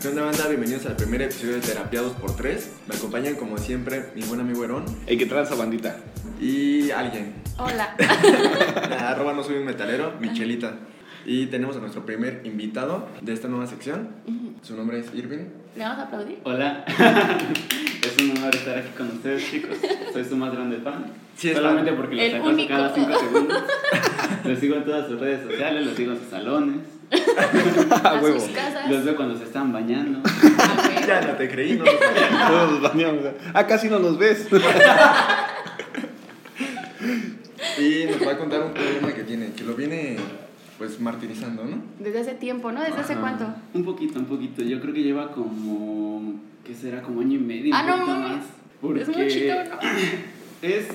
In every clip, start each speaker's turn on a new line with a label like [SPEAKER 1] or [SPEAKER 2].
[SPEAKER 1] ¿Qué onda, banda? Bienvenidos al primer episodio de Terapiados por 3. Me acompañan, como siempre, mi buen amigo Herón
[SPEAKER 2] Hay que tranza, bandita.
[SPEAKER 1] y alguien.
[SPEAKER 3] Hola.
[SPEAKER 1] Arroba no soy un metalero, Michelita. Y tenemos a nuestro primer invitado de esta nueva sección. Su nombre es Irving.
[SPEAKER 3] ¿Le vamos a aplaudir?
[SPEAKER 4] Hola, es un honor estar aquí con ustedes chicos, soy su más grande fan,
[SPEAKER 1] Sí, es
[SPEAKER 4] solamente
[SPEAKER 1] fan.
[SPEAKER 4] porque los
[SPEAKER 3] El
[SPEAKER 4] acoso
[SPEAKER 3] único.
[SPEAKER 4] cada 5 segundos, los sigo en todas sus redes sociales, los sigo en sus salones,
[SPEAKER 3] A
[SPEAKER 2] huevo.
[SPEAKER 3] sus casas. Ah,
[SPEAKER 4] los veo cuando se están bañando,
[SPEAKER 3] A ver.
[SPEAKER 1] Ya no te creí, no te creí.
[SPEAKER 2] Todos nos bañamos. Ah, casi no nos ves.
[SPEAKER 1] Y nos va a contar un problema que tiene, que lo viene, pues, martirizando, ¿no?
[SPEAKER 3] Desde hace tiempo, ¿no? ¿Desde hace
[SPEAKER 1] Ajá.
[SPEAKER 3] cuánto?
[SPEAKER 4] un poquito, un poquito, yo creo que lleva como, ¿qué será? como año y medio,
[SPEAKER 3] Ah,
[SPEAKER 4] un
[SPEAKER 3] no
[SPEAKER 4] poquito
[SPEAKER 3] mames.
[SPEAKER 4] más, porque
[SPEAKER 3] Es muchito, ¿no?
[SPEAKER 4] es,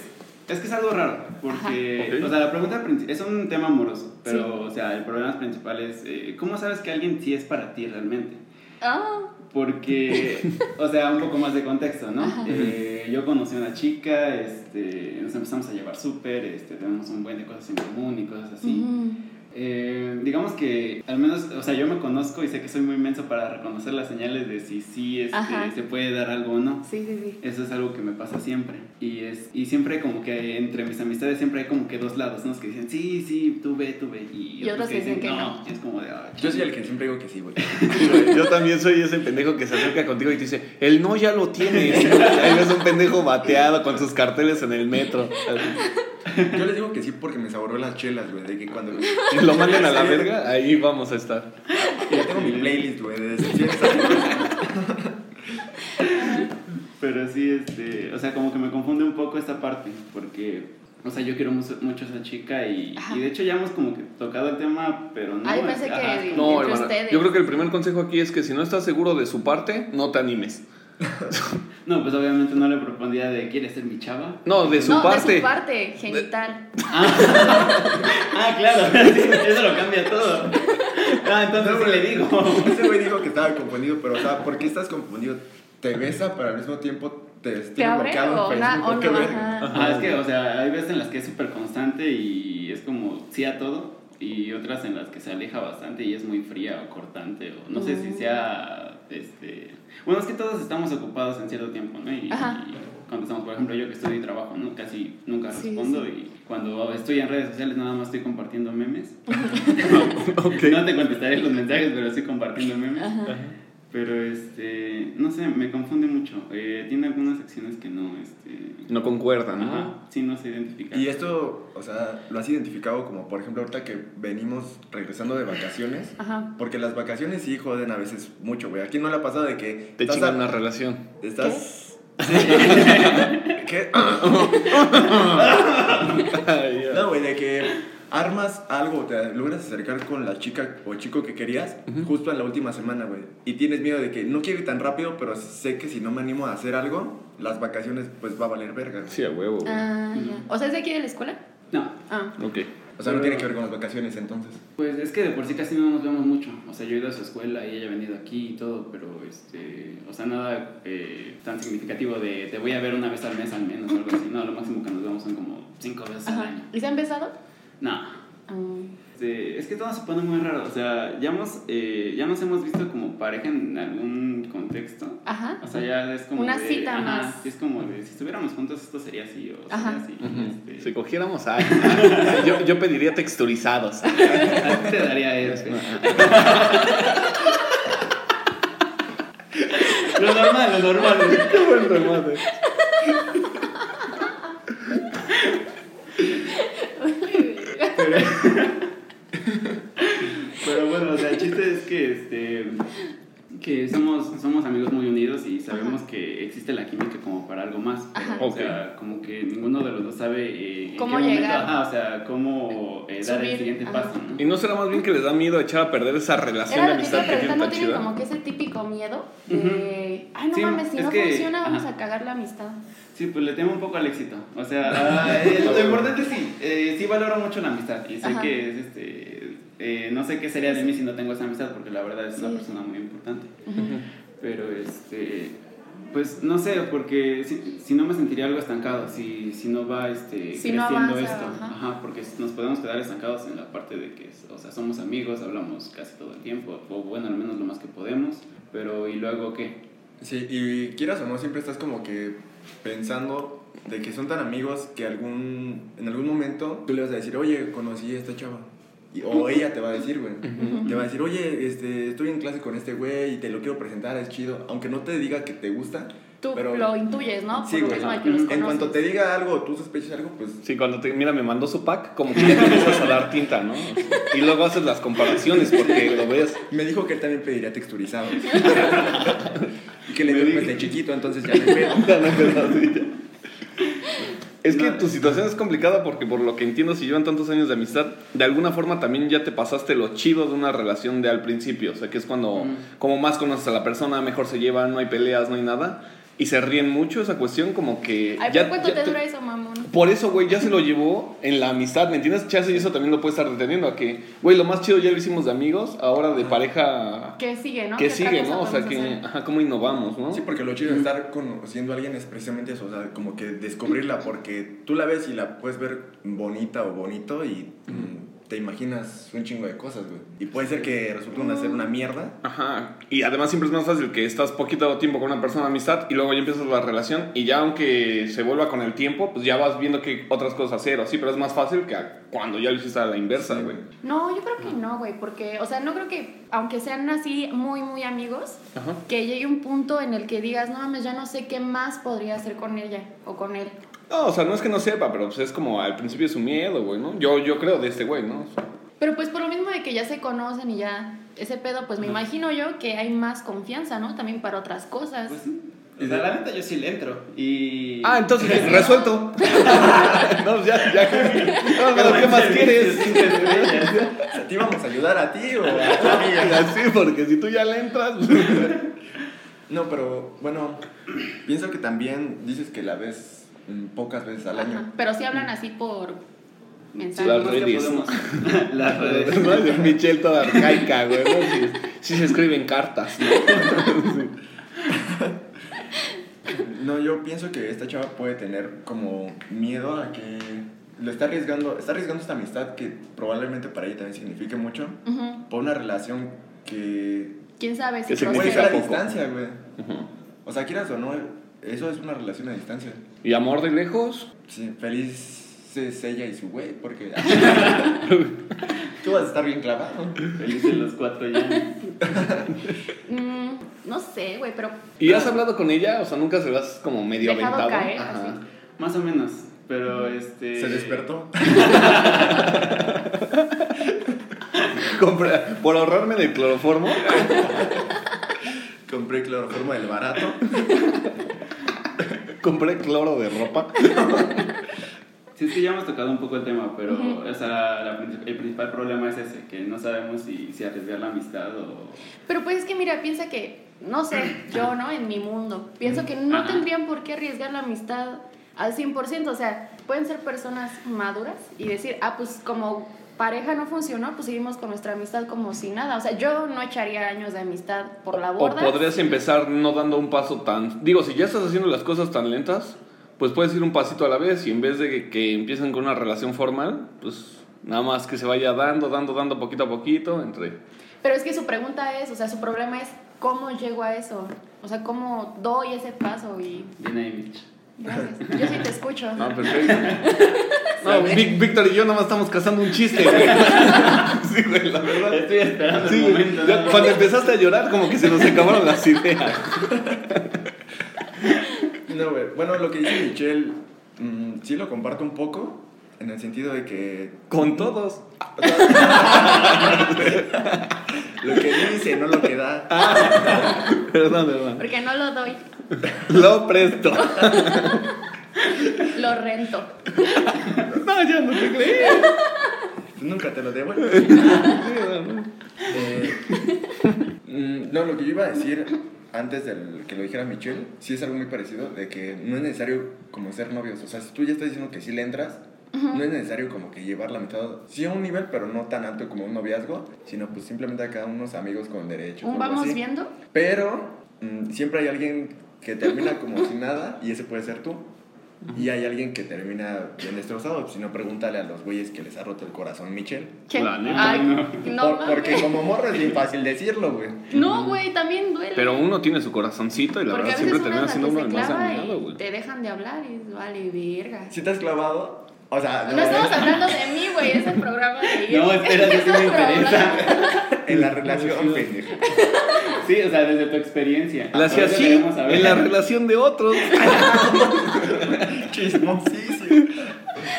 [SPEAKER 4] es que es algo raro, porque,
[SPEAKER 2] Ajá. Ok.
[SPEAKER 4] o sea, la pregunta princi- es un tema amoroso, pero, o sea, el problema principal es, eh, ¿cómo sabes que alguien sí es para ti realmente?
[SPEAKER 3] Ah,
[SPEAKER 4] Porque, o sea, un poco más de contexto, ¿no? Eh, yo conocí a una chica, este, nos empezamos a llevar súper, este, tenemos un buen de cosas en común y cosas así.
[SPEAKER 3] mm.
[SPEAKER 4] Eh, digamos que, al menos, o sea, yo me conozco y sé que soy muy menso para reconocer las señales de si sí este,
[SPEAKER 3] Ajá.
[SPEAKER 4] se puede dar algo o no.
[SPEAKER 3] Sí, sí, sí.
[SPEAKER 4] Eso es algo que me pasa siempre. Y, es, y siempre como que entre mis amistades siempre hay como que dos lados, ¿no? Es Que dicen, sí, sí, tú ve, tú ve. Y,
[SPEAKER 3] Y otros que dicen que no.
[SPEAKER 4] Y es como de, ah,
[SPEAKER 1] Yo soy el que siempre digo que sí, güey.
[SPEAKER 2] Yo también soy ese pendejo que se acerca contigo y te dice, el no ya lo tienes. Ahí ves un pendejo bateado con sus carteles en el metro.
[SPEAKER 1] Yo les digo que sí porque me saboró las chelas, güey, de que cuando... Yo
[SPEAKER 2] Si lo manden a la verga, ahí vamos a estar.
[SPEAKER 1] tengo mi playlist, güey, de decepciones.
[SPEAKER 4] Pero sí, este, o sea, como que me confunde un poco esta parte, porque, o sea, yo quiero mucho, mucho a esa chica y,
[SPEAKER 3] Ajá.
[SPEAKER 4] y de hecho ya hemos como que tocado el tema, pero no.
[SPEAKER 3] Ay, pensé que-
[SPEAKER 4] es como-
[SPEAKER 2] No,
[SPEAKER 3] Entre
[SPEAKER 2] hermano.
[SPEAKER 3] ustedes.
[SPEAKER 2] Yo creo que el primer consejo aquí es que si no estás seguro de su parte, no te animes.
[SPEAKER 4] No, pues obviamente no le propondría de, ¿quieres ser mi chava?
[SPEAKER 2] No, de su
[SPEAKER 3] no, de
[SPEAKER 2] parte.
[SPEAKER 3] su parte, genital.
[SPEAKER 4] Ah, claro, sí, eso lo cambia todo. No, entonces sí le digo.
[SPEAKER 1] Ese güey dijo que estaba confundido, pero, o sea, ¿por qué estás confundido? ¿Te besa, pero al mismo tiempo te
[SPEAKER 3] ¿Te
[SPEAKER 1] tiene
[SPEAKER 3] abre
[SPEAKER 1] bloqueado
[SPEAKER 3] o,
[SPEAKER 1] en
[SPEAKER 3] na-
[SPEAKER 1] Facebook?
[SPEAKER 3] o
[SPEAKER 1] ¿Qué
[SPEAKER 3] no?
[SPEAKER 1] verga?
[SPEAKER 3] Ajá.
[SPEAKER 4] Ajá, es que, o sea, hay veces en las que es súper constante y es como sí a todo, y otras en las que se aleja bastante y es muy fría o cortante, o no sé si
[SPEAKER 3] Mm.
[SPEAKER 4] sea, este... Bueno, es que todos estamos ocupados en cierto tiempo, ¿no? Y,
[SPEAKER 3] Ajá.
[SPEAKER 4] y cuando estamos, por ejemplo, yo que estudio y trabajo, ¿no? Casi nunca
[SPEAKER 3] Sí,
[SPEAKER 4] respondo,
[SPEAKER 3] sí.
[SPEAKER 4] y cuando estoy en redes sociales nada más estoy compartiendo memes.
[SPEAKER 2] Ok.
[SPEAKER 4] No te contestaré los mensajes, pero estoy compartiendo memes.
[SPEAKER 3] Ajá.
[SPEAKER 4] Pero, este, no sé, me confunde mucho. Eh, tiene algunas acciones que no, este...
[SPEAKER 2] No concuerdan, ¿no?
[SPEAKER 4] Ajá, sí, no se identifica.
[SPEAKER 1] Y esto, o sea, lo has identificado como, por ejemplo, ahorita que venimos regresando de vacaciones.
[SPEAKER 3] Ajá.
[SPEAKER 1] Porque las vacaciones sí joden a veces mucho, güey. Aquí no le ha pasado de que
[SPEAKER 2] Te
[SPEAKER 1] estás
[SPEAKER 2] chingan
[SPEAKER 1] a-
[SPEAKER 2] una relación.
[SPEAKER 1] Estás... ¿Qué?
[SPEAKER 2] Ay, ya.
[SPEAKER 1] No, güey, de que armas algo, te logras acercar con la chica o chico que querías justo en la última semana, güey. Y tienes miedo de que no quiero ir tan rápido, pero sé que si no me animo a hacer algo, las vacaciones pues va a valer verga.
[SPEAKER 2] Sí, a huevo. güey.
[SPEAKER 3] Ah, ya. O sea, ¿es de aquí de la escuela?
[SPEAKER 4] No,
[SPEAKER 3] Ah.
[SPEAKER 2] Ok.
[SPEAKER 1] O sea, no tiene que ver con las vacaciones entonces.
[SPEAKER 4] Pues es que de por sí casi no nos vemos mucho. O sea, yo he ido a su escuela y ella ha venido aquí y todo, pero este. O sea, nada eh, tan significativo de te voy a ver una vez al mes al menos o algo así. No, lo máximo que nos vemos son como cinco veces al
[SPEAKER 3] Ajá.
[SPEAKER 4] año.
[SPEAKER 3] ¿Y se han besado?
[SPEAKER 4] No.
[SPEAKER 3] Ah.
[SPEAKER 4] Este, es que todo se pone muy raro. O sea, ya, hemos, eh, ya nos hemos visto como pareja en algún contexto.
[SPEAKER 3] Ajá.
[SPEAKER 4] O sea, ya es como.
[SPEAKER 3] Una
[SPEAKER 4] de-
[SPEAKER 3] cita
[SPEAKER 4] ajá,
[SPEAKER 3] más.
[SPEAKER 4] sí, es como de si estuviéramos juntos esto sería así o sería
[SPEAKER 3] Ajá.
[SPEAKER 4] así.
[SPEAKER 2] Ujú.
[SPEAKER 4] este,
[SPEAKER 2] Si cogiéramos a yo, yo pediría texturizados.
[SPEAKER 4] a ti te daría eso. Lo normal, lo normal. Pero bueno, o sea, el chiste es que este que somos, somos amigos muy unidos y sabemos que existe la química como para algo más. pero,
[SPEAKER 3] Ajá.
[SPEAKER 4] O sea, como que ninguno de los dos sabe eh, en
[SPEAKER 3] Cómo
[SPEAKER 4] qué momento,
[SPEAKER 3] llegar.
[SPEAKER 4] ajá, o sea, cómo eh, dar
[SPEAKER 3] Subir,
[SPEAKER 4] el siguiente
[SPEAKER 3] ajá.
[SPEAKER 4] paso, ¿no?
[SPEAKER 2] ¿Y no será más bien que les da miedo echar a perder esa relación
[SPEAKER 3] Era
[SPEAKER 2] de
[SPEAKER 3] lo que te
[SPEAKER 2] amistad
[SPEAKER 3] iba a
[SPEAKER 2] que tienen
[SPEAKER 3] preguntar, ¿no
[SPEAKER 2] tan
[SPEAKER 3] tienen
[SPEAKER 2] chida?
[SPEAKER 3] como que ese típico miedo de, ay, no
[SPEAKER 4] Sí,
[SPEAKER 3] mames, si
[SPEAKER 4] es
[SPEAKER 3] no
[SPEAKER 4] que-
[SPEAKER 3] funciona vamos
[SPEAKER 4] ajá.
[SPEAKER 3] a cagar la amistad?
[SPEAKER 4] Sí, pues le temo un poco al éxito. O sea, ah, eh, lo importante es sí, eh, sí valoro mucho la amistad. Y sé
[SPEAKER 3] Ajá.
[SPEAKER 4] que es este. eh, no sé qué sería de mí si no tengo esa amistad, porque la verdad es una
[SPEAKER 3] Sí.
[SPEAKER 4] persona muy importante.
[SPEAKER 3] Ujú.
[SPEAKER 4] Pero este. Pues no sé, porque si, si no me sentiría algo estancado, si, si no va este,
[SPEAKER 3] Si no
[SPEAKER 4] creciendo
[SPEAKER 3] avanza,
[SPEAKER 4] esto.
[SPEAKER 3] ajá.
[SPEAKER 4] Ajá. porque nos podemos quedar estancados en la parte de que, o sea, somos amigos, hablamos casi todo el tiempo, o bueno, al menos lo más que podemos, pero ¿y luego qué?
[SPEAKER 1] Sí, y quieras o no, siempre estás como que pensando de que son tan amigos que algún, en algún momento tú le vas a decir, oye, conocí a esta chava. Y- o ella te va a decir, güey. Te va a decir, oye, este, estoy en clase con este güey y te lo quiero presentar, es chido. Aunque no te diga que te gusta.
[SPEAKER 3] Tú
[SPEAKER 1] pero
[SPEAKER 3] lo intuyes, ¿no?
[SPEAKER 1] Sí,
[SPEAKER 3] Por
[SPEAKER 1] güey.
[SPEAKER 3] lo mismo de que los
[SPEAKER 1] en cuanto
[SPEAKER 3] conoces.
[SPEAKER 1] te diga algo o tú sospechas algo, pues
[SPEAKER 2] Sí, cuando te, mira, me mandó su pack, como que ya te empiezas a dar tinta, ¿no? Y luego haces las comparaciones porque lo ves.
[SPEAKER 1] me dijo que él también pediría texturizado. y que le dio
[SPEAKER 2] Me
[SPEAKER 1] un pez
[SPEAKER 2] dijo-
[SPEAKER 1] de chiquito, entonces ya le pedo.
[SPEAKER 2] Ya no empezas, sí, ya. Es que tu situación es complicada porque por lo que entiendo, si llevan tantos años de amistad, de alguna forma también ya te pasaste lo chido de una relación de al principio, o sea, que es cuando
[SPEAKER 3] Mm.
[SPEAKER 4] Ujú.
[SPEAKER 2] como más conoces a la persona, mejor se llevan, no hay peleas, no hay nada, y se ríen mucho esa cuestión como que...
[SPEAKER 3] Ay,
[SPEAKER 2] ya-
[SPEAKER 3] ¿por cuánto
[SPEAKER 2] ya
[SPEAKER 3] te
[SPEAKER 2] tú-
[SPEAKER 3] dura eso, mamón?
[SPEAKER 2] Por eso, güey, ya se lo llevó en la amistad, ¿me entiendes? Chance y eso también lo puede estar deteniendo, a que, güey, lo más chido ya lo hicimos de amigos, ahora de pareja...
[SPEAKER 3] Que sigue, ¿no?
[SPEAKER 2] Que
[SPEAKER 3] ¿Qué otra
[SPEAKER 2] sigue,
[SPEAKER 3] cosa
[SPEAKER 2] ¿no? O sea,
[SPEAKER 3] podemos
[SPEAKER 2] que,
[SPEAKER 3] hacer?
[SPEAKER 2] ajá, ¿cómo innovamos, no?
[SPEAKER 1] Sí, porque lo chido de estar conociendo a alguien es precisamente eso, o sea, como que descubrirla, porque tú la ves y la puedes ver bonita o bonito y mm, te imaginas un chingo de cosas, güey. Y puede ser que resultó una ser una mierda.
[SPEAKER 2] Ajá. Y además siempre es más fácil que estás poquito tiempo con una persona de amistad y luego ya empiezas la relación y ya aunque se vuelva con el tiempo, pues ya vas viendo que otras cosas hacer o así, pero es más fácil que a cuando ya lo hiciste a la inversa,
[SPEAKER 1] Sí.
[SPEAKER 2] güey.
[SPEAKER 3] No, yo creo que no, güey, porque, o sea, no creo que, aunque sean así muy, muy amigos,
[SPEAKER 2] Ajá.
[SPEAKER 3] que llegue un punto en el que digas, no mames, ya no sé qué más podría hacer con ella o con él.
[SPEAKER 2] No, o sea, no es que no sepa, pero pues es como al principio es un miedo, güey, ¿no? Yo, yo creo de este güey, ¿no? O sea,
[SPEAKER 3] Pero pues por lo mismo de que ya se conocen y ya ese pedo, pues me imagino yo que hay más confianza, ¿no? También para otras cosas.
[SPEAKER 4] Pues sí. O sea, la neta yo sí le entro. Y.
[SPEAKER 2] Ah, entonces resuelto. no, pues ya, ya. No, pero ¿qué más quieres?
[SPEAKER 1] O sea, ¿Te íbamos a ayudar a ti o a tu amiga?
[SPEAKER 2] Así, porque si tú ya le entras, pues,
[SPEAKER 1] No, pero bueno, pienso que también dices que la ves mm, pocas veces al
[SPEAKER 3] Ajá.
[SPEAKER 1] año.
[SPEAKER 3] Pero sí hablan así por mensaje.
[SPEAKER 2] Las
[SPEAKER 4] Lo más que
[SPEAKER 2] redes.
[SPEAKER 4] podemos. Las redes.
[SPEAKER 2] ¿no? Es Michelle toda arcaica, güey. ¿no? Sí, sí se escriben cartas, ¿no?
[SPEAKER 1] No, yo pienso que esta chava puede tener como miedo a que lo está arriesgando, está arriesgando esta amistad que probablemente para ella también signifique mucho.
[SPEAKER 3] Ujú.
[SPEAKER 1] por una relación que
[SPEAKER 3] ¿Quién sabe si
[SPEAKER 2] ¿Qué
[SPEAKER 1] puede
[SPEAKER 2] significa
[SPEAKER 1] ser a
[SPEAKER 3] procede?
[SPEAKER 2] poco?
[SPEAKER 1] distancia, güey.
[SPEAKER 2] Ujú.
[SPEAKER 1] O sea, quieras o no, eso es una relación a distancia.
[SPEAKER 2] Y amor de lejos.
[SPEAKER 1] Sí, feliz es ella y su güey, porque ah, tú vas a estar bien clavado.
[SPEAKER 4] Felices los cuatro ya.
[SPEAKER 3] Mm, no sé, güey, pero
[SPEAKER 2] ¿Y has hablado con ella? O sea, nunca se lo has como medio
[SPEAKER 3] Dejado
[SPEAKER 2] aventado.
[SPEAKER 3] caer,
[SPEAKER 2] Ajá.
[SPEAKER 3] así.
[SPEAKER 4] Más o menos. Pero este.
[SPEAKER 1] Se despertó.
[SPEAKER 2] Compra- por ahorrarme del cloroformo.
[SPEAKER 1] Compré cloroformo del barato.
[SPEAKER 2] Compré cloro de ropa.
[SPEAKER 4] Sí, es que ya hemos tocado un poco el tema, pero
[SPEAKER 3] Ujú.
[SPEAKER 4] o sea, la princip- el principal problema es ese, que no sabemos si, si arriesgar la amistad o...
[SPEAKER 3] Pero pues es que mira, piensa que, no sé, yo, ¿no? En mi mundo, pienso que no
[SPEAKER 4] Ajá.
[SPEAKER 3] tendrían por qué arriesgar la amistad al 100%, o sea, pueden ser personas maduras y decir, ah, pues como pareja no funcionó, pues seguimos con nuestra amistad como si nada, o sea, yo no echaría años de amistad por la
[SPEAKER 2] O
[SPEAKER 3] borda.
[SPEAKER 2] podrías empezar no dando un paso tan. Digo, si ya estás haciendo las cosas tan lentas, pues puedes ir un pasito a la vez. Y en vez de que, que empiecen con una relación formal, pues nada más que se vaya dando, dando, dando poquito a poquito. Entre.
[SPEAKER 3] Pero es que su pregunta es, o sea, su problema es, ¿cómo llego a eso? O sea, ¿cómo doy ese paso? Y
[SPEAKER 4] Dina y Mitch.
[SPEAKER 3] gracias, yo sí te escucho.
[SPEAKER 2] No, perfecto. No, Vic- Víctor y yo nada más estamos cazando un chiste, güey. Sí, güey, la verdad.
[SPEAKER 4] Estoy esperando
[SPEAKER 2] Sí,
[SPEAKER 4] el
[SPEAKER 2] güey.
[SPEAKER 4] momento.
[SPEAKER 2] Ya
[SPEAKER 4] ¿no?
[SPEAKER 2] cuando empezaste a llorar, como que se nos acabaron las ideas.
[SPEAKER 1] No, güey. Bueno, lo que dice Michelle, mm, sí lo comparto un poco, en el sentido de que
[SPEAKER 2] Con todos.
[SPEAKER 1] lo que dice, no lo que da.
[SPEAKER 2] Perdón, perdón.
[SPEAKER 3] Porque no lo doy,
[SPEAKER 2] Lo presto.
[SPEAKER 3] lo rento.
[SPEAKER 2] No, ya no te creí.
[SPEAKER 1] Nunca te lo debo. Eh, mm, no, lo que yo iba a decir antes del que lo dijera Michelle, sí es algo muy parecido, de que no es necesario como ser novios. O sea, si tú ya estás diciendo que sí le entras, no es necesario como que llevar la mitad, sí a un nivel, pero no tan alto como un noviazgo, sino pues simplemente a cada unos amigos con derechos. o
[SPEAKER 3] Un
[SPEAKER 1] algo
[SPEAKER 3] vamos
[SPEAKER 1] así.
[SPEAKER 3] viendo.
[SPEAKER 1] Pero mm, siempre hay alguien que termina como si nada y ese puede ser tú. Y hay alguien que termina bien destrozado. pues, Si no, pregúntale a los güeyes que les ha roto el corazón, Michelle.
[SPEAKER 3] Che,
[SPEAKER 2] La neta,
[SPEAKER 3] ay,
[SPEAKER 4] no.
[SPEAKER 3] no
[SPEAKER 1] Por-
[SPEAKER 3] mames.
[SPEAKER 1] porque como morro es bien fácil decirlo, güey.
[SPEAKER 3] No, güey, también duele.
[SPEAKER 2] Pero uno tiene su corazoncito y la
[SPEAKER 3] porque a
[SPEAKER 2] verdad
[SPEAKER 3] veces
[SPEAKER 2] siempre termina
[SPEAKER 3] uno es
[SPEAKER 2] siendo
[SPEAKER 3] la que
[SPEAKER 2] uno el
[SPEAKER 3] se
[SPEAKER 2] más
[SPEAKER 3] clava y
[SPEAKER 2] dañado, güey.
[SPEAKER 3] te dejan de hablar y vale, verga.
[SPEAKER 1] Si te has clavado, o sea,
[SPEAKER 3] No estamos hablando de mí, güey, es el programa de ellos.
[SPEAKER 4] No, espérate, sí me interesa.
[SPEAKER 1] en la relación, pendejo.
[SPEAKER 4] Sí, o sea, desde tu experiencia.
[SPEAKER 2] La hacía
[SPEAKER 4] Ahorita
[SPEAKER 2] así
[SPEAKER 4] queremos saber.
[SPEAKER 2] en la relación de otros.
[SPEAKER 1] Chismosísimo.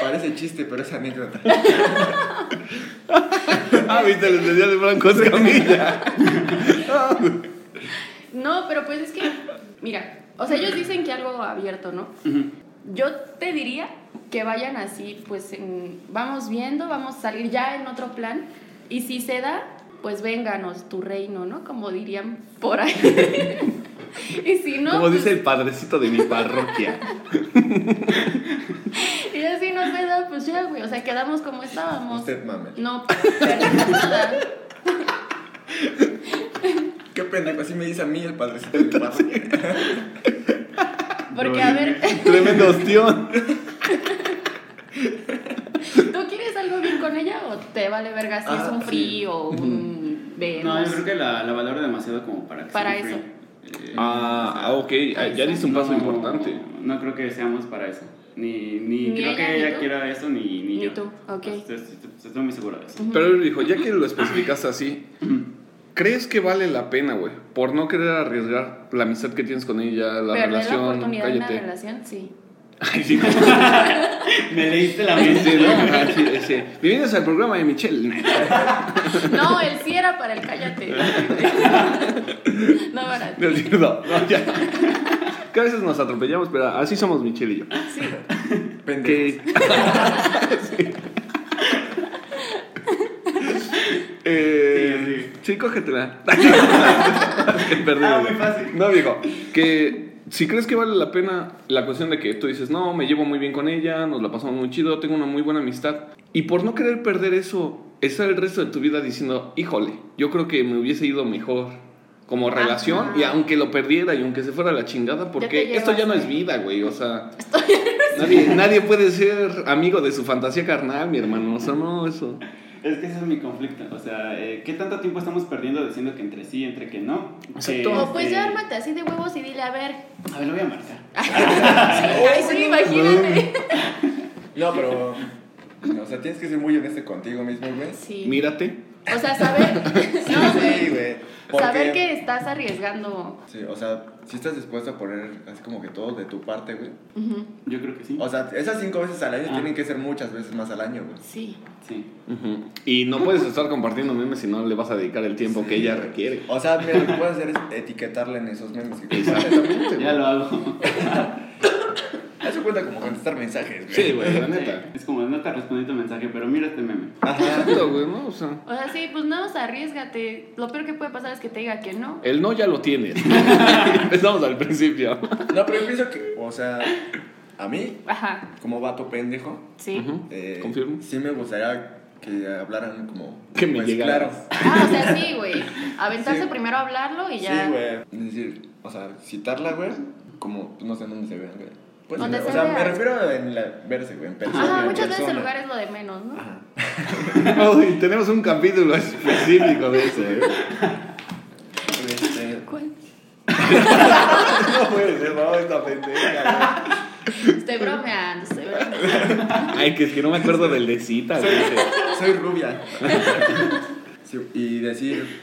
[SPEAKER 1] Parece chiste, pero es anécdota.
[SPEAKER 2] ah, viste, les decía de Franco Escamilla.
[SPEAKER 3] No, pero pues es que, mira, o sea, ellos dicen que algo abierto, ¿no?
[SPEAKER 4] Ujú.
[SPEAKER 3] Yo te diría que vayan así, pues en- vamos viendo, vamos a salir ya en otro plan. Y si se da, pues vénganos tu reino, ¿no? Como dirían por ahí. y si no,
[SPEAKER 2] Como
[SPEAKER 3] pues,
[SPEAKER 2] dice el padrecito de mi parroquia.
[SPEAKER 3] y así no se da, pues ya, güey. O sea, quedamos como estábamos.
[SPEAKER 1] Usted mame.
[SPEAKER 3] No, perdimos nada.
[SPEAKER 1] Qué pendejo, así me dice a mí el padrecito de mi padre.
[SPEAKER 3] Porque, a ver,
[SPEAKER 2] Tremendo ostión.
[SPEAKER 3] ¿tú quieres algo bien con ella o te vale verga si
[SPEAKER 1] Ah,
[SPEAKER 3] es un
[SPEAKER 1] sí.
[SPEAKER 3] frío o un vemos?
[SPEAKER 4] No, yo creo que la, la valoro demasiado como para que
[SPEAKER 3] Para
[SPEAKER 4] sea
[SPEAKER 3] eso.
[SPEAKER 4] free. Eh,
[SPEAKER 2] Ah, ah, ok, ah, ya diste un paso
[SPEAKER 4] no,
[SPEAKER 2] importante.
[SPEAKER 4] No creo que seamos para eso. Ni, ni,
[SPEAKER 3] Ni
[SPEAKER 4] creo
[SPEAKER 3] ella,
[SPEAKER 4] que
[SPEAKER 3] ni
[SPEAKER 4] ella
[SPEAKER 3] tú.
[SPEAKER 4] quiera eso, ni, ni,
[SPEAKER 3] Ni
[SPEAKER 4] yo. Pues,
[SPEAKER 3] tú, ok.
[SPEAKER 4] Estoy, estoy- estoy muy seguro de eso.
[SPEAKER 3] Ujú.
[SPEAKER 2] Pero él dijo, ya que lo especificaste así, ¿crees que vale la pena, güey? Por no querer arriesgar la amistad que tienes con ella, la
[SPEAKER 3] Perder la
[SPEAKER 2] relación,
[SPEAKER 3] oportunidad de una
[SPEAKER 2] cállate.
[SPEAKER 3] relación, sí.
[SPEAKER 2] Ay, sí,
[SPEAKER 4] Me leíste la
[SPEAKER 2] sí,
[SPEAKER 4] mente,
[SPEAKER 2] ¿no?
[SPEAKER 4] ¿no?
[SPEAKER 2] Ajá, sí, sí. Bienvenidos al programa de Michelle.
[SPEAKER 3] No, el sí era para el cállate. No, para ti.
[SPEAKER 2] No, sí, no, no, ya. Que a veces nos atropellamos, pero así somos Michelle y yo.
[SPEAKER 3] Sí.
[SPEAKER 1] Pendejo.
[SPEAKER 2] Que... Sí. Eh,
[SPEAKER 4] Sí,
[SPEAKER 2] sí, cógetela. Qué perdido.
[SPEAKER 4] Ah, muy fácil.
[SPEAKER 2] No, viejo. Que si crees que vale la pena la cuestión de que tú dices, no, me llevo muy bien con ella, nos la pasamos muy chido, tengo una muy buena amistad. Y por no querer perder eso, estar el resto de tu vida diciendo, híjole, yo creo que me hubiese ido mejor como
[SPEAKER 3] Ajá.
[SPEAKER 2] relación y aunque lo perdiera y aunque se fuera a la chingada, porque
[SPEAKER 3] te
[SPEAKER 2] esto ya
[SPEAKER 3] llevas,
[SPEAKER 2] no es
[SPEAKER 3] güey.
[SPEAKER 2] vida, güey. O sea, nadie, nadie puede ser amigo de su fantasía carnal, mi hermano. O sea, no, eso.
[SPEAKER 4] Es que ese es mi conflicto. O sea, eh, ¿qué tanto tiempo estamos perdiendo diciendo que entre sí, entre que no?
[SPEAKER 2] Exacto.
[SPEAKER 4] Que,
[SPEAKER 3] O pues
[SPEAKER 4] este,
[SPEAKER 3] ya ármate así de huevos y dile, a ver.
[SPEAKER 4] A ver, lo voy a marcar.
[SPEAKER 3] Ay, sí, imagínate.
[SPEAKER 1] No, pero. O sea, tienes que ser muy honesto contigo mismo, güey.
[SPEAKER 3] Sí.
[SPEAKER 2] Mírate.
[SPEAKER 3] O sea, saber. No,
[SPEAKER 1] sí,
[SPEAKER 3] güey.
[SPEAKER 1] güey. Porque-
[SPEAKER 3] Saber que estás arriesgando.
[SPEAKER 1] Sí, o sea, si estás dispuesto a poner así como que todo de tu parte, güey.
[SPEAKER 3] Ujú,
[SPEAKER 4] Yo creo que sí.
[SPEAKER 1] O sea, esas cinco veces al año
[SPEAKER 4] Ah.
[SPEAKER 1] tienen que ser muchas veces más al año, güey.
[SPEAKER 3] Sí.
[SPEAKER 4] Sí.
[SPEAKER 2] Ujú. Y no puedes estar compartiendo memes si no le vas a dedicar el tiempo que ella requiere.
[SPEAKER 1] O sea, mira, lo que puedes hacer es etiquetarla en esos memes que compartes.
[SPEAKER 2] Exactamente.
[SPEAKER 4] Ya
[SPEAKER 2] güey.
[SPEAKER 4] lo hago.
[SPEAKER 1] Eso cuenta como contestar mensajes, güey.
[SPEAKER 2] Sí, güey, la neta.
[SPEAKER 4] Es como, no te respondí tu mensaje, pero mira este meme.
[SPEAKER 1] Ajá.
[SPEAKER 2] Exacto, güey, ¿no? O sea,
[SPEAKER 3] O sea, sí, pues no, o sea, arriesgate. Lo peor que puede pasar es que te diga que no.
[SPEAKER 2] el no ya lo tienes. Empezamos al principio.
[SPEAKER 1] No, pero yo pienso que, o sea, a mí,
[SPEAKER 3] Ajá,
[SPEAKER 1] como vato pendejo,
[SPEAKER 3] sí.
[SPEAKER 2] Ujú.
[SPEAKER 1] eh,
[SPEAKER 2] Confirmo.
[SPEAKER 1] sí me gustaría que hablaran como. pues,
[SPEAKER 2] Que me
[SPEAKER 1] claro.
[SPEAKER 2] llegaras.
[SPEAKER 3] Ah, o sea, sí, güey. Aventarse
[SPEAKER 1] Sí.
[SPEAKER 3] primero a hablarlo y ya.
[SPEAKER 1] Sí, güey. Es decir, o sea, citarla, güey, como, no sé en dónde se vean, güey. Pues,
[SPEAKER 3] Donde
[SPEAKER 1] o
[SPEAKER 3] se
[SPEAKER 1] sea, me
[SPEAKER 3] vean.
[SPEAKER 1] refiero en la verse, güey, en persona.
[SPEAKER 3] Ajá,
[SPEAKER 1] en
[SPEAKER 3] muchas veces el
[SPEAKER 1] persona.
[SPEAKER 3] lugar es lo de menos, ¿no?
[SPEAKER 1] Ajá.
[SPEAKER 2] Uy, tenemos un capítulo específico de eso, ¿eh?
[SPEAKER 1] Este,
[SPEAKER 3] ¿Cuál?
[SPEAKER 2] No puede ser, no, esta pendeja.
[SPEAKER 3] Estoy bromeando, estoy bromeando.
[SPEAKER 2] Ay, que es que no me acuerdo del de cita, güey.
[SPEAKER 1] soy rubia. Sí, y decir,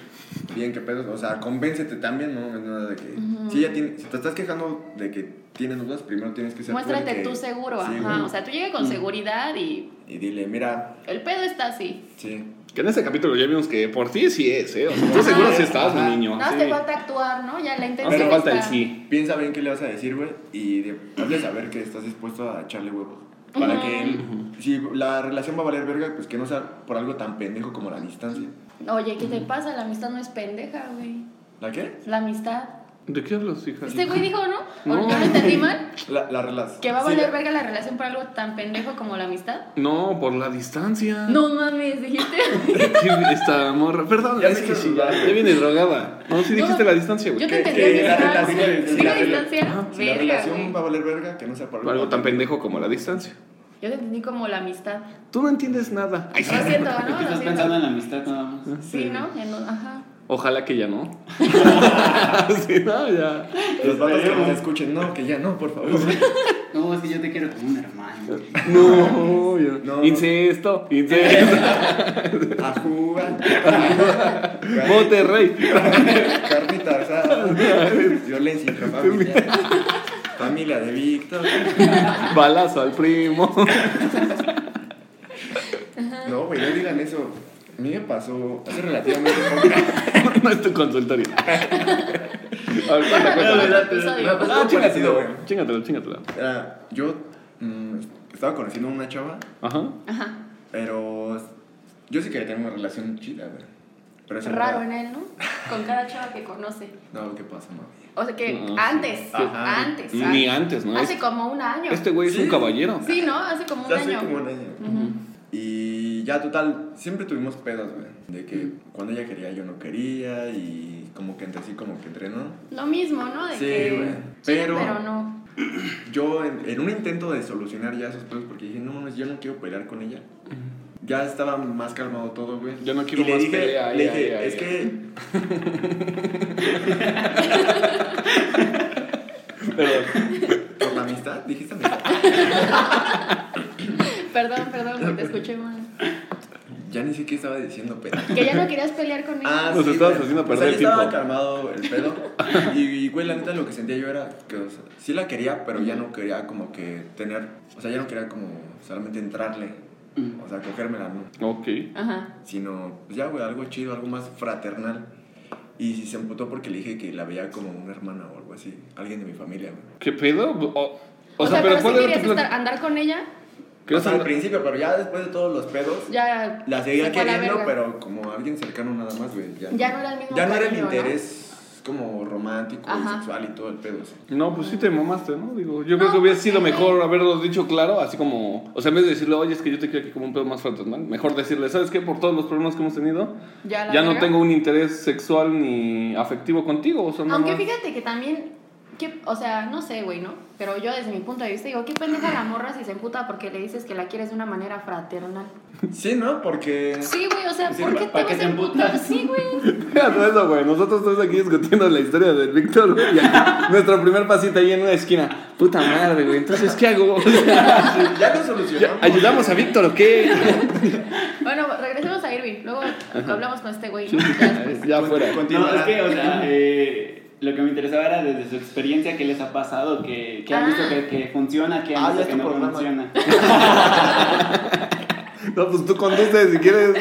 [SPEAKER 1] bien, qué pedos, o sea, convéncete también, ¿no? Es nada de que. Si ya tiene, si te estás quejando de que tienes dudas, primero tienes que ser. tú el
[SPEAKER 3] Muéstrate
[SPEAKER 1] que-
[SPEAKER 3] tú seguro,
[SPEAKER 1] Sí,
[SPEAKER 3] ajá.
[SPEAKER 1] güey. Mm.
[SPEAKER 3] O sea, tú llega con seguridad y
[SPEAKER 1] Y dile, mira,
[SPEAKER 3] el pedo está así.
[SPEAKER 1] sí.
[SPEAKER 2] Que en este capítulo ya vimos que por ti sí es, ¿eh? O sea, tú seguro sí estás, mi niño.
[SPEAKER 3] No,
[SPEAKER 2] sí.
[SPEAKER 3] te falta actuar, ¿no? Ya la
[SPEAKER 2] Hace
[SPEAKER 3] intención
[SPEAKER 1] Pero-
[SPEAKER 2] falta el
[SPEAKER 3] está.
[SPEAKER 2] sí.
[SPEAKER 1] Piensa bien qué le vas a decir, güey, y de, hazle saber que estás dispuesto a echarle huevos. Para que él, si la relación va a valer verga, pues que no sea por algo tan pendejo como la distancia.
[SPEAKER 3] Oye, ¿qué te pasa? La amistad no es pendeja, güey.
[SPEAKER 1] ¿La qué?
[SPEAKER 3] La amistad.
[SPEAKER 2] ¿De qué hablas, hija?
[SPEAKER 3] Este güey dijo, ¿no? ¿O
[SPEAKER 2] No.
[SPEAKER 3] no lo entendí mal?
[SPEAKER 1] La, la relación.
[SPEAKER 3] ¿Que va a valer verga la relación por algo tan pendejo como la amistad?
[SPEAKER 2] No, por la distancia.
[SPEAKER 3] No mames, dijiste.
[SPEAKER 2] Esta morra. Perdón,
[SPEAKER 1] Ya
[SPEAKER 2] es
[SPEAKER 1] me
[SPEAKER 2] que
[SPEAKER 1] hizo
[SPEAKER 2] sí, ya,
[SPEAKER 1] dudar, güey.
[SPEAKER 2] ya viene drogada. No, sí
[SPEAKER 3] No,
[SPEAKER 2] dijiste la distancia, güey.
[SPEAKER 3] Yo te
[SPEAKER 1] Que-
[SPEAKER 3] entendí.
[SPEAKER 1] que la
[SPEAKER 3] amistad.
[SPEAKER 1] relación-
[SPEAKER 3] Digo
[SPEAKER 1] la rela-
[SPEAKER 3] distancia,
[SPEAKER 1] Si la
[SPEAKER 3] verga,
[SPEAKER 1] relación
[SPEAKER 3] güey.
[SPEAKER 1] va a valer verga, que no sea por
[SPEAKER 2] Por Algo tan pendejo como la distancia.
[SPEAKER 3] Yo te entendí como la amistad.
[SPEAKER 2] Tú no entiendes nada.
[SPEAKER 3] Lo siento,
[SPEAKER 4] Porque
[SPEAKER 3] ¿no? Lo
[SPEAKER 4] estás
[SPEAKER 3] siento.
[SPEAKER 4] pensando en la amistad nada más.
[SPEAKER 3] Sí, ¿no? En- Ajá.
[SPEAKER 2] Ojalá que ya no. sí, no, ya.
[SPEAKER 1] Los vatos que nos escuchen, no, que ya no, por favor.
[SPEAKER 4] No, es que yo te quiero como un hermano.
[SPEAKER 2] No, ya.
[SPEAKER 1] No.
[SPEAKER 2] Incesto, incesto.
[SPEAKER 1] A jugar.
[SPEAKER 2] Monterrey.
[SPEAKER 1] Carnita asada. Violencia intrafamiliar. Familia de Víctor.
[SPEAKER 2] Balazo al primo.
[SPEAKER 1] No, güey, no digan eso. A mí me pasó hace relativamente poco.
[SPEAKER 2] no es tu consultorio. A ver, cuenta,
[SPEAKER 3] Bájalo
[SPEAKER 2] cuenta.
[SPEAKER 3] del otro episodio.
[SPEAKER 1] Ah, chingatelo, güey.
[SPEAKER 2] Chingatelo, chingatelo.
[SPEAKER 1] Era- Yo mm, estaba conociendo a una chava,
[SPEAKER 2] Ajá.
[SPEAKER 3] Ajá.
[SPEAKER 1] pero yo sí quería tener una relación chida, güey. Pero esa
[SPEAKER 3] Raro en
[SPEAKER 1] morra-
[SPEAKER 3] él, ¿no? Con cada chava que conoce.
[SPEAKER 1] No, ¿qué pasa, mami?
[SPEAKER 3] O sea que
[SPEAKER 2] No, sí.
[SPEAKER 3] antes,
[SPEAKER 1] Ajá.
[SPEAKER 3] antes,
[SPEAKER 2] Ni antes, ¿no?
[SPEAKER 3] Hace como un año.
[SPEAKER 2] Este güey es un
[SPEAKER 1] Sí.
[SPEAKER 2] caballero.
[SPEAKER 3] Sí, ¿no? Hace como un
[SPEAKER 1] Ya soy
[SPEAKER 3] año.
[SPEAKER 1] como un año.
[SPEAKER 3] Ujú.
[SPEAKER 1] Y ya total, siempre tuvimos pedos, güey. De que cuando ella quería, yo no quería. Y como que entre sí, como que entre no.
[SPEAKER 3] Lo mismo, ¿no? De
[SPEAKER 1] Sí,
[SPEAKER 3] que,
[SPEAKER 1] güey.
[SPEAKER 3] sí,
[SPEAKER 1] Pero-
[SPEAKER 3] pero no.
[SPEAKER 1] Yo, en, en un intento de solucionar ya esos pedos, porque dije, no mames, yo no quiero pelear con ella. Ya estaba más calmado todo, güey.
[SPEAKER 2] Yo no quiero
[SPEAKER 1] Y le
[SPEAKER 2] más
[SPEAKER 1] dije-
[SPEAKER 2] pelea,
[SPEAKER 1] Le
[SPEAKER 2] ya,
[SPEAKER 1] dije,
[SPEAKER 2] ya,
[SPEAKER 1] es
[SPEAKER 2] ya".
[SPEAKER 1] que
[SPEAKER 2] Perdón.
[SPEAKER 1] por la amistad, dijiste amistad.
[SPEAKER 3] Perdón, perdón, güey, te escuché mal.
[SPEAKER 1] Ya ni sé qué estaba diciendo, pedo.
[SPEAKER 3] Que ya no querías pelear con él.
[SPEAKER 1] Ah,
[SPEAKER 2] Nos
[SPEAKER 1] sí,
[SPEAKER 2] estabas
[SPEAKER 1] güey.
[SPEAKER 2] haciendo
[SPEAKER 1] O sea,
[SPEAKER 2] perder
[SPEAKER 1] ya estaba
[SPEAKER 2] tiempo.
[SPEAKER 1] calmado el pedo. Y, y, güey, la neta lo que sentía yo era que, o sea, sí la quería, pero ya no quería como que tener, o sea, ya no quería como solamente entrarle,
[SPEAKER 4] Mm.
[SPEAKER 1] o sea, cogérmela, ¿no?
[SPEAKER 2] Ok.
[SPEAKER 3] Ajá.
[SPEAKER 1] Sino, pues ya, güey, algo chido, algo más fraternal. Y se emputó porque le dije que la veía como una hermana o algo así, alguien de mi familia, güey.
[SPEAKER 2] ¿Qué pedo? O, o
[SPEAKER 3] O, sea, pero,
[SPEAKER 2] ¿cuál era
[SPEAKER 3] sí querías
[SPEAKER 2] tu plan?
[SPEAKER 3] estar- andar con ella,
[SPEAKER 1] O
[SPEAKER 2] ¿Querías
[SPEAKER 1] sea, al
[SPEAKER 2] andar-
[SPEAKER 1] principio, pero ya después de todos los pedos,
[SPEAKER 3] ya.
[SPEAKER 1] la seguía
[SPEAKER 3] se fue a la
[SPEAKER 1] queriendo,
[SPEAKER 3] verga.
[SPEAKER 1] pero como alguien cercano nada más, güey. Ya,
[SPEAKER 3] Ya no era el mismo
[SPEAKER 1] Ya no era el
[SPEAKER 3] cariño, ¿no?
[SPEAKER 1] interés como romántico y
[SPEAKER 3] Ajá.
[SPEAKER 1] sexual y todo el pedo, o sea.
[SPEAKER 2] No, pues sí te mamaste, ¿no? Digo, yo creo
[SPEAKER 3] No,
[SPEAKER 2] que hubiera
[SPEAKER 3] pues
[SPEAKER 2] sido
[SPEAKER 3] sí.
[SPEAKER 2] mejor haberlo dicho claro, así como, o sea, en vez de decirle, oye, es que yo te quiero aquí como un pedo más fraternal, mejor decirle, ¿sabes qué? Por todos los problemas que hemos tenido,
[SPEAKER 3] Ya, la
[SPEAKER 2] ya no
[SPEAKER 3] verga.
[SPEAKER 2] tengo un interés sexual ni afectivo contigo, o sea, nada
[SPEAKER 3] Aunque
[SPEAKER 2] más-
[SPEAKER 3] fíjate que también, que, o sea, no sé, güey, ¿no? Pero yo desde mi punto de vista digo, qué pendeja la morra si se emputa porque le dices que la quieres de una manera fraternal.
[SPEAKER 1] Sí, ¿no? Porque.
[SPEAKER 3] Sí, güey, o sea,
[SPEAKER 1] Sí,
[SPEAKER 3] ¿por qué
[SPEAKER 4] ¿para qué
[SPEAKER 3] vas
[SPEAKER 4] te
[SPEAKER 3] a
[SPEAKER 4] emputas?
[SPEAKER 3] emputar? Sí, güey.
[SPEAKER 2] Fíjate eso, güey. Nosotros estamos aquí discutiendo la historia del Víctor, güey. y acá, Nuestro primer pasito ahí en una esquina. Puta madre, güey. Entonces, ¿qué hago? O sea,
[SPEAKER 1] Ya lo
[SPEAKER 2] ¿ya
[SPEAKER 1] solucionamos.
[SPEAKER 2] ¿Ayudamos a Víctor o qué?
[SPEAKER 3] Bueno, regresemos a Irving, luego hablamos con este güey, ¿no? Ya después.
[SPEAKER 2] Ya fuera.
[SPEAKER 1] Continúa.
[SPEAKER 4] No, es que, o sea, eh, lo que me interesaba era desde su experiencia qué les ha pasado, que, que han visto
[SPEAKER 3] Ah.
[SPEAKER 4] que, que funciona, que han
[SPEAKER 1] Ah, ya
[SPEAKER 4] visto
[SPEAKER 1] es
[SPEAKER 4] que
[SPEAKER 1] tu
[SPEAKER 4] no
[SPEAKER 1] programa.
[SPEAKER 4] funciona.
[SPEAKER 2] No, pues tú conduces si quieres.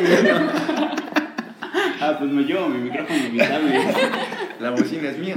[SPEAKER 4] Ah, pues me llevo mi micrófono invitable.
[SPEAKER 1] La bocina es mía.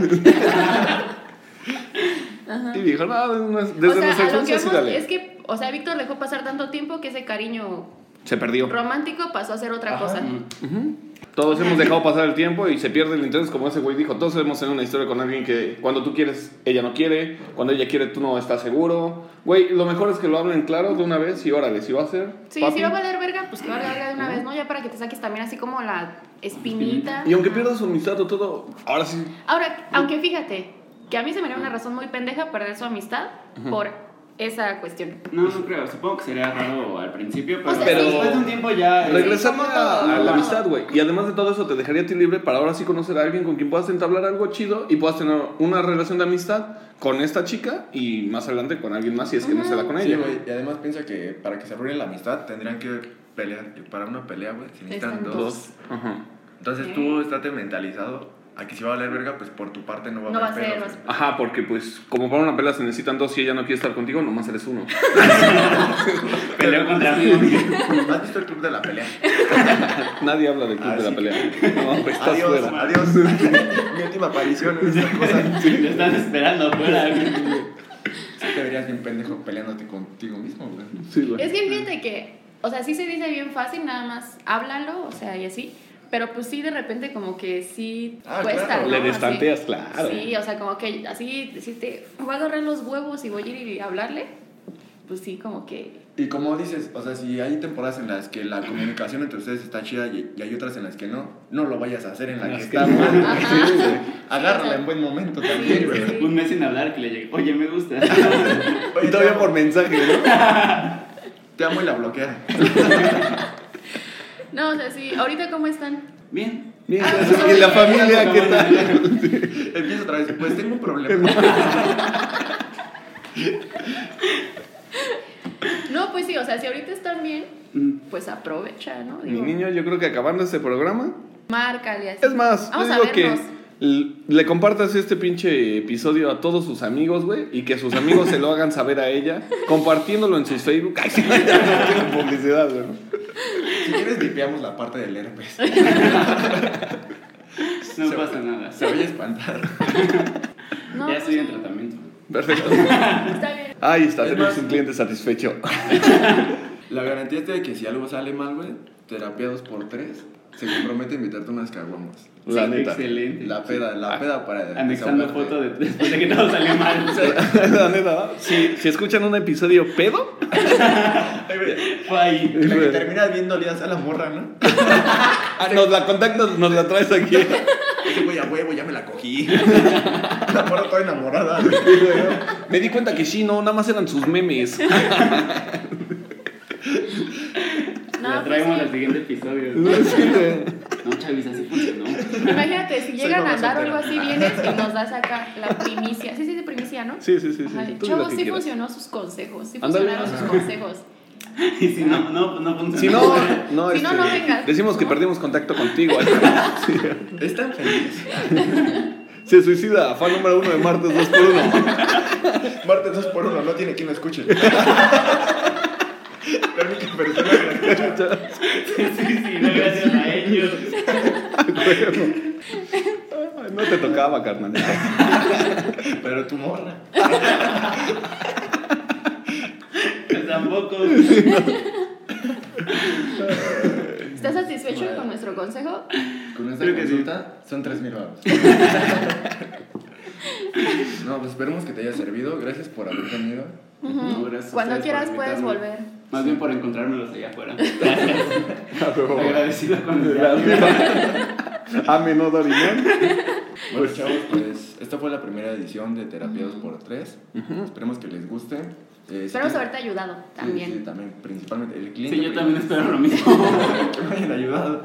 [SPEAKER 2] Y dijo, no, no es-
[SPEAKER 3] o
[SPEAKER 2] desde
[SPEAKER 3] sea,
[SPEAKER 2] nuestra
[SPEAKER 3] a lo que
[SPEAKER 2] infancia sí,
[SPEAKER 3] vamos
[SPEAKER 2] dale.
[SPEAKER 3] es que, o sea, Víctor dejó pasar tanto tiempo que ese cariño
[SPEAKER 2] Se perdió.
[SPEAKER 3] romántico pasó a ser otra
[SPEAKER 1] Ajá.
[SPEAKER 3] cosa.
[SPEAKER 2] Ujú. Todos hemos dejado pasar el tiempo y se pierde el interés, como ese güey dijo. Todos hemos tenido una historia con alguien que cuando tú quieres, ella no quiere. Cuando ella quiere, tú no estás seguro. Güey, lo mejor es que lo hablen claro de una vez y órale, si va a ser.
[SPEAKER 3] Sí,
[SPEAKER 2] papi.
[SPEAKER 3] si va a valer verga, pues que valga verga de una vez, ¿no? Ya para que te saques también así como la espinita.
[SPEAKER 2] Y aunque
[SPEAKER 3] Ajá.
[SPEAKER 2] pierdas su amistad o todo, ahora sí.
[SPEAKER 3] Ahora, aunque fíjate, que a mí se me da una razón muy pendeja perder su amistad por esa cuestión.
[SPEAKER 4] No, no creo. Supongo que sería raro al principio, pero,
[SPEAKER 3] O sea,
[SPEAKER 2] Pero-
[SPEAKER 4] después de un tiempo ya. eh,
[SPEAKER 2] Regresamos
[SPEAKER 3] como todo.
[SPEAKER 2] a, a la amistad, güey. Y además de todo eso, te dejaría a ti libre para ahora sí conocer a alguien con quien puedas entablar algo chido y puedas tener una relación de amistad con esta chica y más adelante con alguien más si es que no se da con
[SPEAKER 1] Sí,
[SPEAKER 2] ella.
[SPEAKER 1] güey. Y además piensa que para que se arruine la amistad tendrían que pelear. Y para una pelea, güey, se necesitan
[SPEAKER 3] Están
[SPEAKER 1] dos.
[SPEAKER 3] dos.
[SPEAKER 2] Ajá.
[SPEAKER 1] Entonces tú estate mentalizado. Aquí si va a valer verga, pues por tu parte no va a
[SPEAKER 3] No va a
[SPEAKER 1] haber
[SPEAKER 3] ser,
[SPEAKER 1] pedos,
[SPEAKER 3] no
[SPEAKER 1] güey.
[SPEAKER 2] Ajá, porque pues como para una pelea se necesitan dos y ella no quiere estar contigo, nomás eres uno.
[SPEAKER 4] Peleó contra mí.
[SPEAKER 1] ¿Has visto el club de la pelea?
[SPEAKER 2] Nadie habla del club de la
[SPEAKER 1] Así que-
[SPEAKER 2] pelea. No, pues, estás
[SPEAKER 1] adiós,
[SPEAKER 2] fuera.
[SPEAKER 1] adiós. Mi última aparición en esta cosa.
[SPEAKER 4] Me están esperando afuera.
[SPEAKER 1] Sí te verías bien pendejo peleándote contigo mismo, güey.
[SPEAKER 2] Sí, güey.
[SPEAKER 3] Es que fíjate que, o sea, sí se dice bien fácil, nada más háblalo, o sea, y así. Pero pues sí, de repente como que sí
[SPEAKER 1] Ah,
[SPEAKER 3] cuesta,
[SPEAKER 1] claro.
[SPEAKER 3] ¿no?
[SPEAKER 2] Le
[SPEAKER 3] Así.
[SPEAKER 2] destanteas, claro.
[SPEAKER 3] Sí, o sea, como que así, si te voy a agarrar los huevos y voy a ir y hablarle, pues sí, como que...
[SPEAKER 1] Y como dices, o sea, si hay temporadas en las que la comunicación entre ustedes está chida y, y hay otras en las que no, no lo vayas a hacer en la
[SPEAKER 4] Las
[SPEAKER 1] que
[SPEAKER 4] que
[SPEAKER 1] está
[SPEAKER 4] no.
[SPEAKER 1] mal.
[SPEAKER 3] Ajá.
[SPEAKER 1] Sí, güey. Agárrala en buen momento también, güey.
[SPEAKER 3] Sí.
[SPEAKER 4] Un mes sin hablar que le llegue, oye, me gusta.
[SPEAKER 1] Oye,
[SPEAKER 2] Y todavía
[SPEAKER 1] te
[SPEAKER 2] por
[SPEAKER 1] amo-
[SPEAKER 2] mensaje, ¿no?
[SPEAKER 1] Te amo y la bloquea.
[SPEAKER 3] No, o sea, sí, ahorita cómo están.
[SPEAKER 4] Bien.
[SPEAKER 2] Bien,
[SPEAKER 3] Ah,
[SPEAKER 2] gracias.
[SPEAKER 3] pues,
[SPEAKER 2] ¿Y la
[SPEAKER 3] oye,
[SPEAKER 2] familia qué tal?
[SPEAKER 1] Empieza otra vez, pues tengo un problema.
[SPEAKER 3] No, pues sí, o sea, si ahorita están bien,
[SPEAKER 4] Mm.
[SPEAKER 3] pues aprovecha, ¿no?
[SPEAKER 2] Mi
[SPEAKER 3] Digo,
[SPEAKER 2] niño, yo creo que acabando este programa.
[SPEAKER 3] Márcale así.
[SPEAKER 2] Es más,
[SPEAKER 3] vamos
[SPEAKER 2] yo
[SPEAKER 3] a
[SPEAKER 2] digo que
[SPEAKER 3] vernos.
[SPEAKER 2] l- le compartas este pinche episodio a todos sus amigos, güey, y que sus amigos se lo hagan saber a ella, compartiéndolo en sus Facebook. Ay, sí, no quiero publicidad, güey.
[SPEAKER 1] Si quieres, limpiamos la parte del herpes.
[SPEAKER 4] No
[SPEAKER 1] Se-
[SPEAKER 4] pasa nada.
[SPEAKER 1] Se voy a espantar.
[SPEAKER 3] No,
[SPEAKER 4] ya
[SPEAKER 3] pues
[SPEAKER 4] estoy en
[SPEAKER 3] sí,
[SPEAKER 4] tratamiento.
[SPEAKER 2] Perfecto.
[SPEAKER 3] Está bien.
[SPEAKER 2] Ahí está,
[SPEAKER 1] Es
[SPEAKER 2] tenemos
[SPEAKER 1] más-
[SPEAKER 2] un cliente satisfecho.
[SPEAKER 1] La garantía es de que si algo sale mal, güey, terapia 2x3, se compromete a invitarte unas caguamas.
[SPEAKER 2] La
[SPEAKER 4] Sí,
[SPEAKER 2] neta.
[SPEAKER 4] Excelente.
[SPEAKER 1] La peda, la peda para.
[SPEAKER 4] Anexando
[SPEAKER 1] desahogarte.
[SPEAKER 4] foto de, después de que todo salió mal.
[SPEAKER 2] La neta, ¿no? si, si escuchan un episodio pedo,
[SPEAKER 1] Ay, güey,
[SPEAKER 4] Fue ahí.
[SPEAKER 1] La que terminas viendo olías a la morra, ¿no?
[SPEAKER 2] ah, nos la contactas, nos la traes aquí.
[SPEAKER 1] Ese güey a huevo, ya me la cogí. La morra toda enamorada. güey.
[SPEAKER 2] Me di cuenta que sí, no, nada más eran sus memes.
[SPEAKER 3] No,
[SPEAKER 4] la
[SPEAKER 3] pues
[SPEAKER 4] traemos
[SPEAKER 3] sí.
[SPEAKER 4] al siguiente episodio. No, Chavis, así funcionó.
[SPEAKER 3] Imagínate, si llegan a
[SPEAKER 1] mamá
[SPEAKER 3] andar o algo
[SPEAKER 1] soltera.
[SPEAKER 3] así, vienes y nos das acá la primicia. Sí, sí, de primicia, ¿no?
[SPEAKER 2] Sí, sí, sí. sí.
[SPEAKER 3] Ajá,
[SPEAKER 2] Tú di lo
[SPEAKER 3] Chavos,
[SPEAKER 2] que
[SPEAKER 3] sí
[SPEAKER 2] quieras.
[SPEAKER 3] funcionó sus consejos. Sí
[SPEAKER 2] Ándale.
[SPEAKER 3] funcionaron sus consejos.
[SPEAKER 4] Y si no, no, no funcionó.
[SPEAKER 2] Si no, no, este,
[SPEAKER 3] Si no, no vengas.
[SPEAKER 2] Decimos que perdimos contacto contigo. ¿eh?
[SPEAKER 1] Es tan feliz.
[SPEAKER 2] Se suicida, fan número uno de martes 2 por 1
[SPEAKER 1] Martes 2x1, no tiene quien lo escuche. La única persona que la escucha.
[SPEAKER 4] Sí, sí, no, gracias a ellos.
[SPEAKER 2] No te tocaba, carnal.
[SPEAKER 1] Pero tu morra.
[SPEAKER 4] Pues tampoco.
[SPEAKER 3] ¿Estás satisfecho
[SPEAKER 1] Bueno.
[SPEAKER 3] con nuestro consejo?
[SPEAKER 1] Con esta
[SPEAKER 4] Creo que
[SPEAKER 1] consulta son 3 mil baros. No, pues esperemos que te haya servido. Gracias por haber venido.
[SPEAKER 3] Ujú.
[SPEAKER 4] No, gracias a
[SPEAKER 3] Cuando
[SPEAKER 4] ustedes
[SPEAKER 3] quieras
[SPEAKER 4] por
[SPEAKER 3] puedes
[SPEAKER 4] invitarme.
[SPEAKER 3] volver.
[SPEAKER 4] Más bien por encontrármelos allá afuera.
[SPEAKER 2] Oh.
[SPEAKER 4] Agradecido con el
[SPEAKER 2] A menudo original.
[SPEAKER 1] Bueno, chavos, pues esta fue la primera edición de Terapia 2x3. Esperemos que les guste. Eh, si
[SPEAKER 3] Esperamos
[SPEAKER 1] tienen-
[SPEAKER 3] haberte ayudado
[SPEAKER 1] Sí, Sí,
[SPEAKER 3] también.
[SPEAKER 1] también, principalmente el cliente.
[SPEAKER 4] Sí, yo también espero lo mismo.
[SPEAKER 1] espero que me hayan ayudado.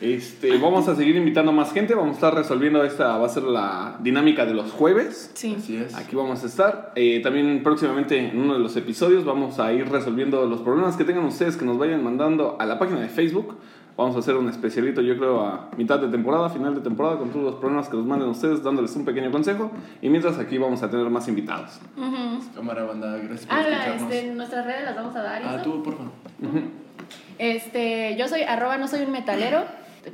[SPEAKER 2] Este, vamos a seguir invitando más gente. Vamos a estar resolviendo esta. Va a ser la dinámica de los jueves.
[SPEAKER 3] Sí.
[SPEAKER 1] Así es.
[SPEAKER 2] Aquí vamos a estar. Eh, también próximamente en uno de los episodios vamos a ir resolviendo los problemas que tengan ustedes que nos vayan mandando a la página de Facebook. Vamos a hacer un especialito, yo creo, a mitad de temporada, final de temporada, con todos los problemas que nos manden ustedes, dándoles un pequeño consejo. Y mientras aquí vamos a tener más invitados.
[SPEAKER 3] Ujú.
[SPEAKER 1] Cámara banda, gracias por
[SPEAKER 3] Ah, la-
[SPEAKER 1] escucharnos.
[SPEAKER 3] este, nuestras redes las vamos a dar. ¿y
[SPEAKER 1] Ah,
[SPEAKER 3] eso?
[SPEAKER 1] tú, por favor.
[SPEAKER 3] Este, yo soy arroba, no soy un metalero.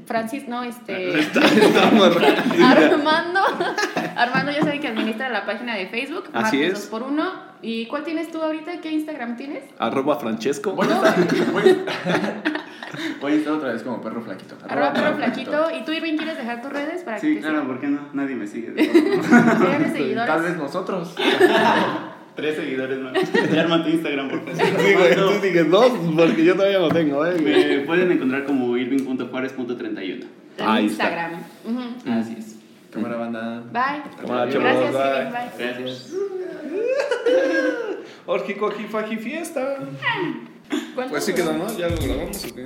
[SPEAKER 3] Francis, no, este.
[SPEAKER 2] Estamos
[SPEAKER 3] Armando. Armando ya sabe que administra la página de Facebook.
[SPEAKER 2] Así
[SPEAKER 3] Martes
[SPEAKER 2] es.
[SPEAKER 3] dos por uno. ¿Y cuál tienes tú ahorita? ¿Qué Instagram tienes?
[SPEAKER 2] Arroba Francesco.
[SPEAKER 1] Voy a estar, voy a, voy a estar otra vez como perro flaquito.
[SPEAKER 3] Arroba perro flaquito. ¿Y tú, Irving, quieres dejar tus redes para
[SPEAKER 4] Sí,
[SPEAKER 3] que
[SPEAKER 4] claro, ¿por qué no? Nadie me sigue. de todos modos.
[SPEAKER 3] te sigan- sean de
[SPEAKER 1] Tal
[SPEAKER 3] seguidores?
[SPEAKER 1] vez nosotros.
[SPEAKER 4] Tres seguidores más. Ya arma tu Instagram, por favor.
[SPEAKER 2] Sí, güey, tú sigues dos, porque yo todavía lo tengo, eh, güey.
[SPEAKER 4] Me pueden encontrar como irving.juárez.31.
[SPEAKER 3] En
[SPEAKER 2] Ahí está.
[SPEAKER 3] Instagram. Ujú.
[SPEAKER 4] Así es.
[SPEAKER 1] Cámara banda.
[SPEAKER 3] Bye.
[SPEAKER 2] Cámara, chavos,
[SPEAKER 3] Gracias,
[SPEAKER 2] bye.
[SPEAKER 3] Irving. Bye.
[SPEAKER 4] Gracias.
[SPEAKER 2] Orgi, coji, faji, fiesta.
[SPEAKER 3] ¿Cuántos
[SPEAKER 2] Pues sí quedó,
[SPEAKER 3] son?
[SPEAKER 2] ¿no? Ya lo grabamos, ¿o qué?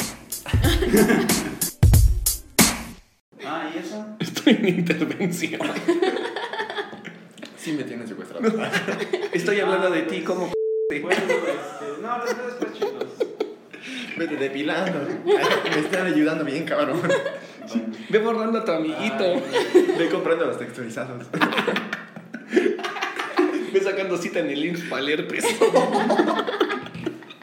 [SPEAKER 4] Ah, ¿y eso?
[SPEAKER 2] Estoy en intervención.
[SPEAKER 1] Sí me tienes secuestrado.
[SPEAKER 2] Estoy hablando de ti como
[SPEAKER 4] Bueno, este, no, los después, chicos.
[SPEAKER 1] Vete depilando. Me están ayudando bien, cabrón.
[SPEAKER 2] Ve borrando a tu amiguito.
[SPEAKER 1] Estoy comprando los texturizados.
[SPEAKER 2] Ve sacando cita en el IMSS para el herpes.